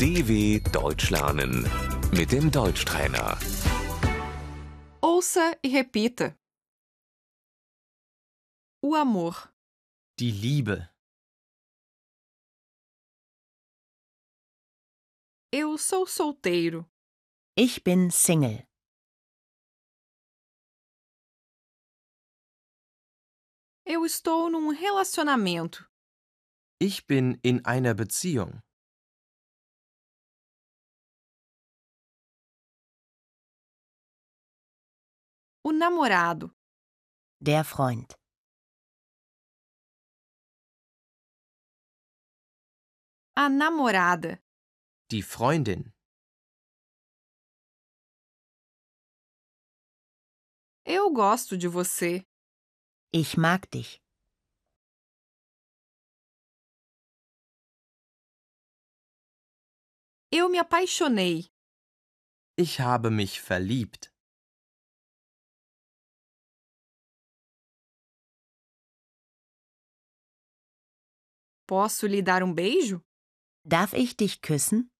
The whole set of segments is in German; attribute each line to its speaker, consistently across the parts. Speaker 1: DW Deutsch lernen mit dem Deutschtrainer.
Speaker 2: Ouça e repita. O amor,
Speaker 3: Die Liebe.
Speaker 2: eu sou solteiro,
Speaker 4: Ich bin Single.
Speaker 2: eu estou num relacionamento,
Speaker 3: Ich bin in einer Beziehung.
Speaker 2: o namorado,
Speaker 4: Der Freund.
Speaker 2: a namorada,
Speaker 3: Die Freundin.
Speaker 2: eu gosto de você,
Speaker 4: Ich mag dich.
Speaker 2: eu me apaixonei,
Speaker 3: Ich habe mich verliebt.
Speaker 2: posso lhe dar um beijo?
Speaker 4: Darf ich dich küssen?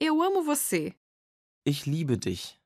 Speaker 2: Eu amo você,
Speaker 3: Ich liebe dich.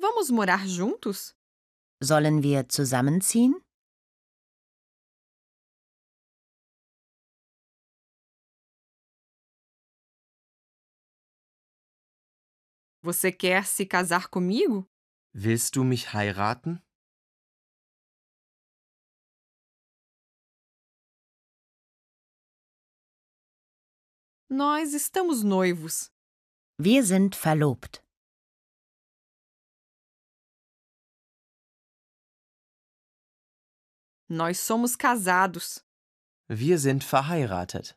Speaker 2: vamos morar juntos?
Speaker 4: Sollen wir zusammenziehen?
Speaker 2: Você quer se casar comigo?
Speaker 3: Willst du mich heiraten?
Speaker 2: Nós estamos noivos.
Speaker 4: Wir sind verlobt.
Speaker 2: Nós somos casados.
Speaker 3: Wir sind verheiratet.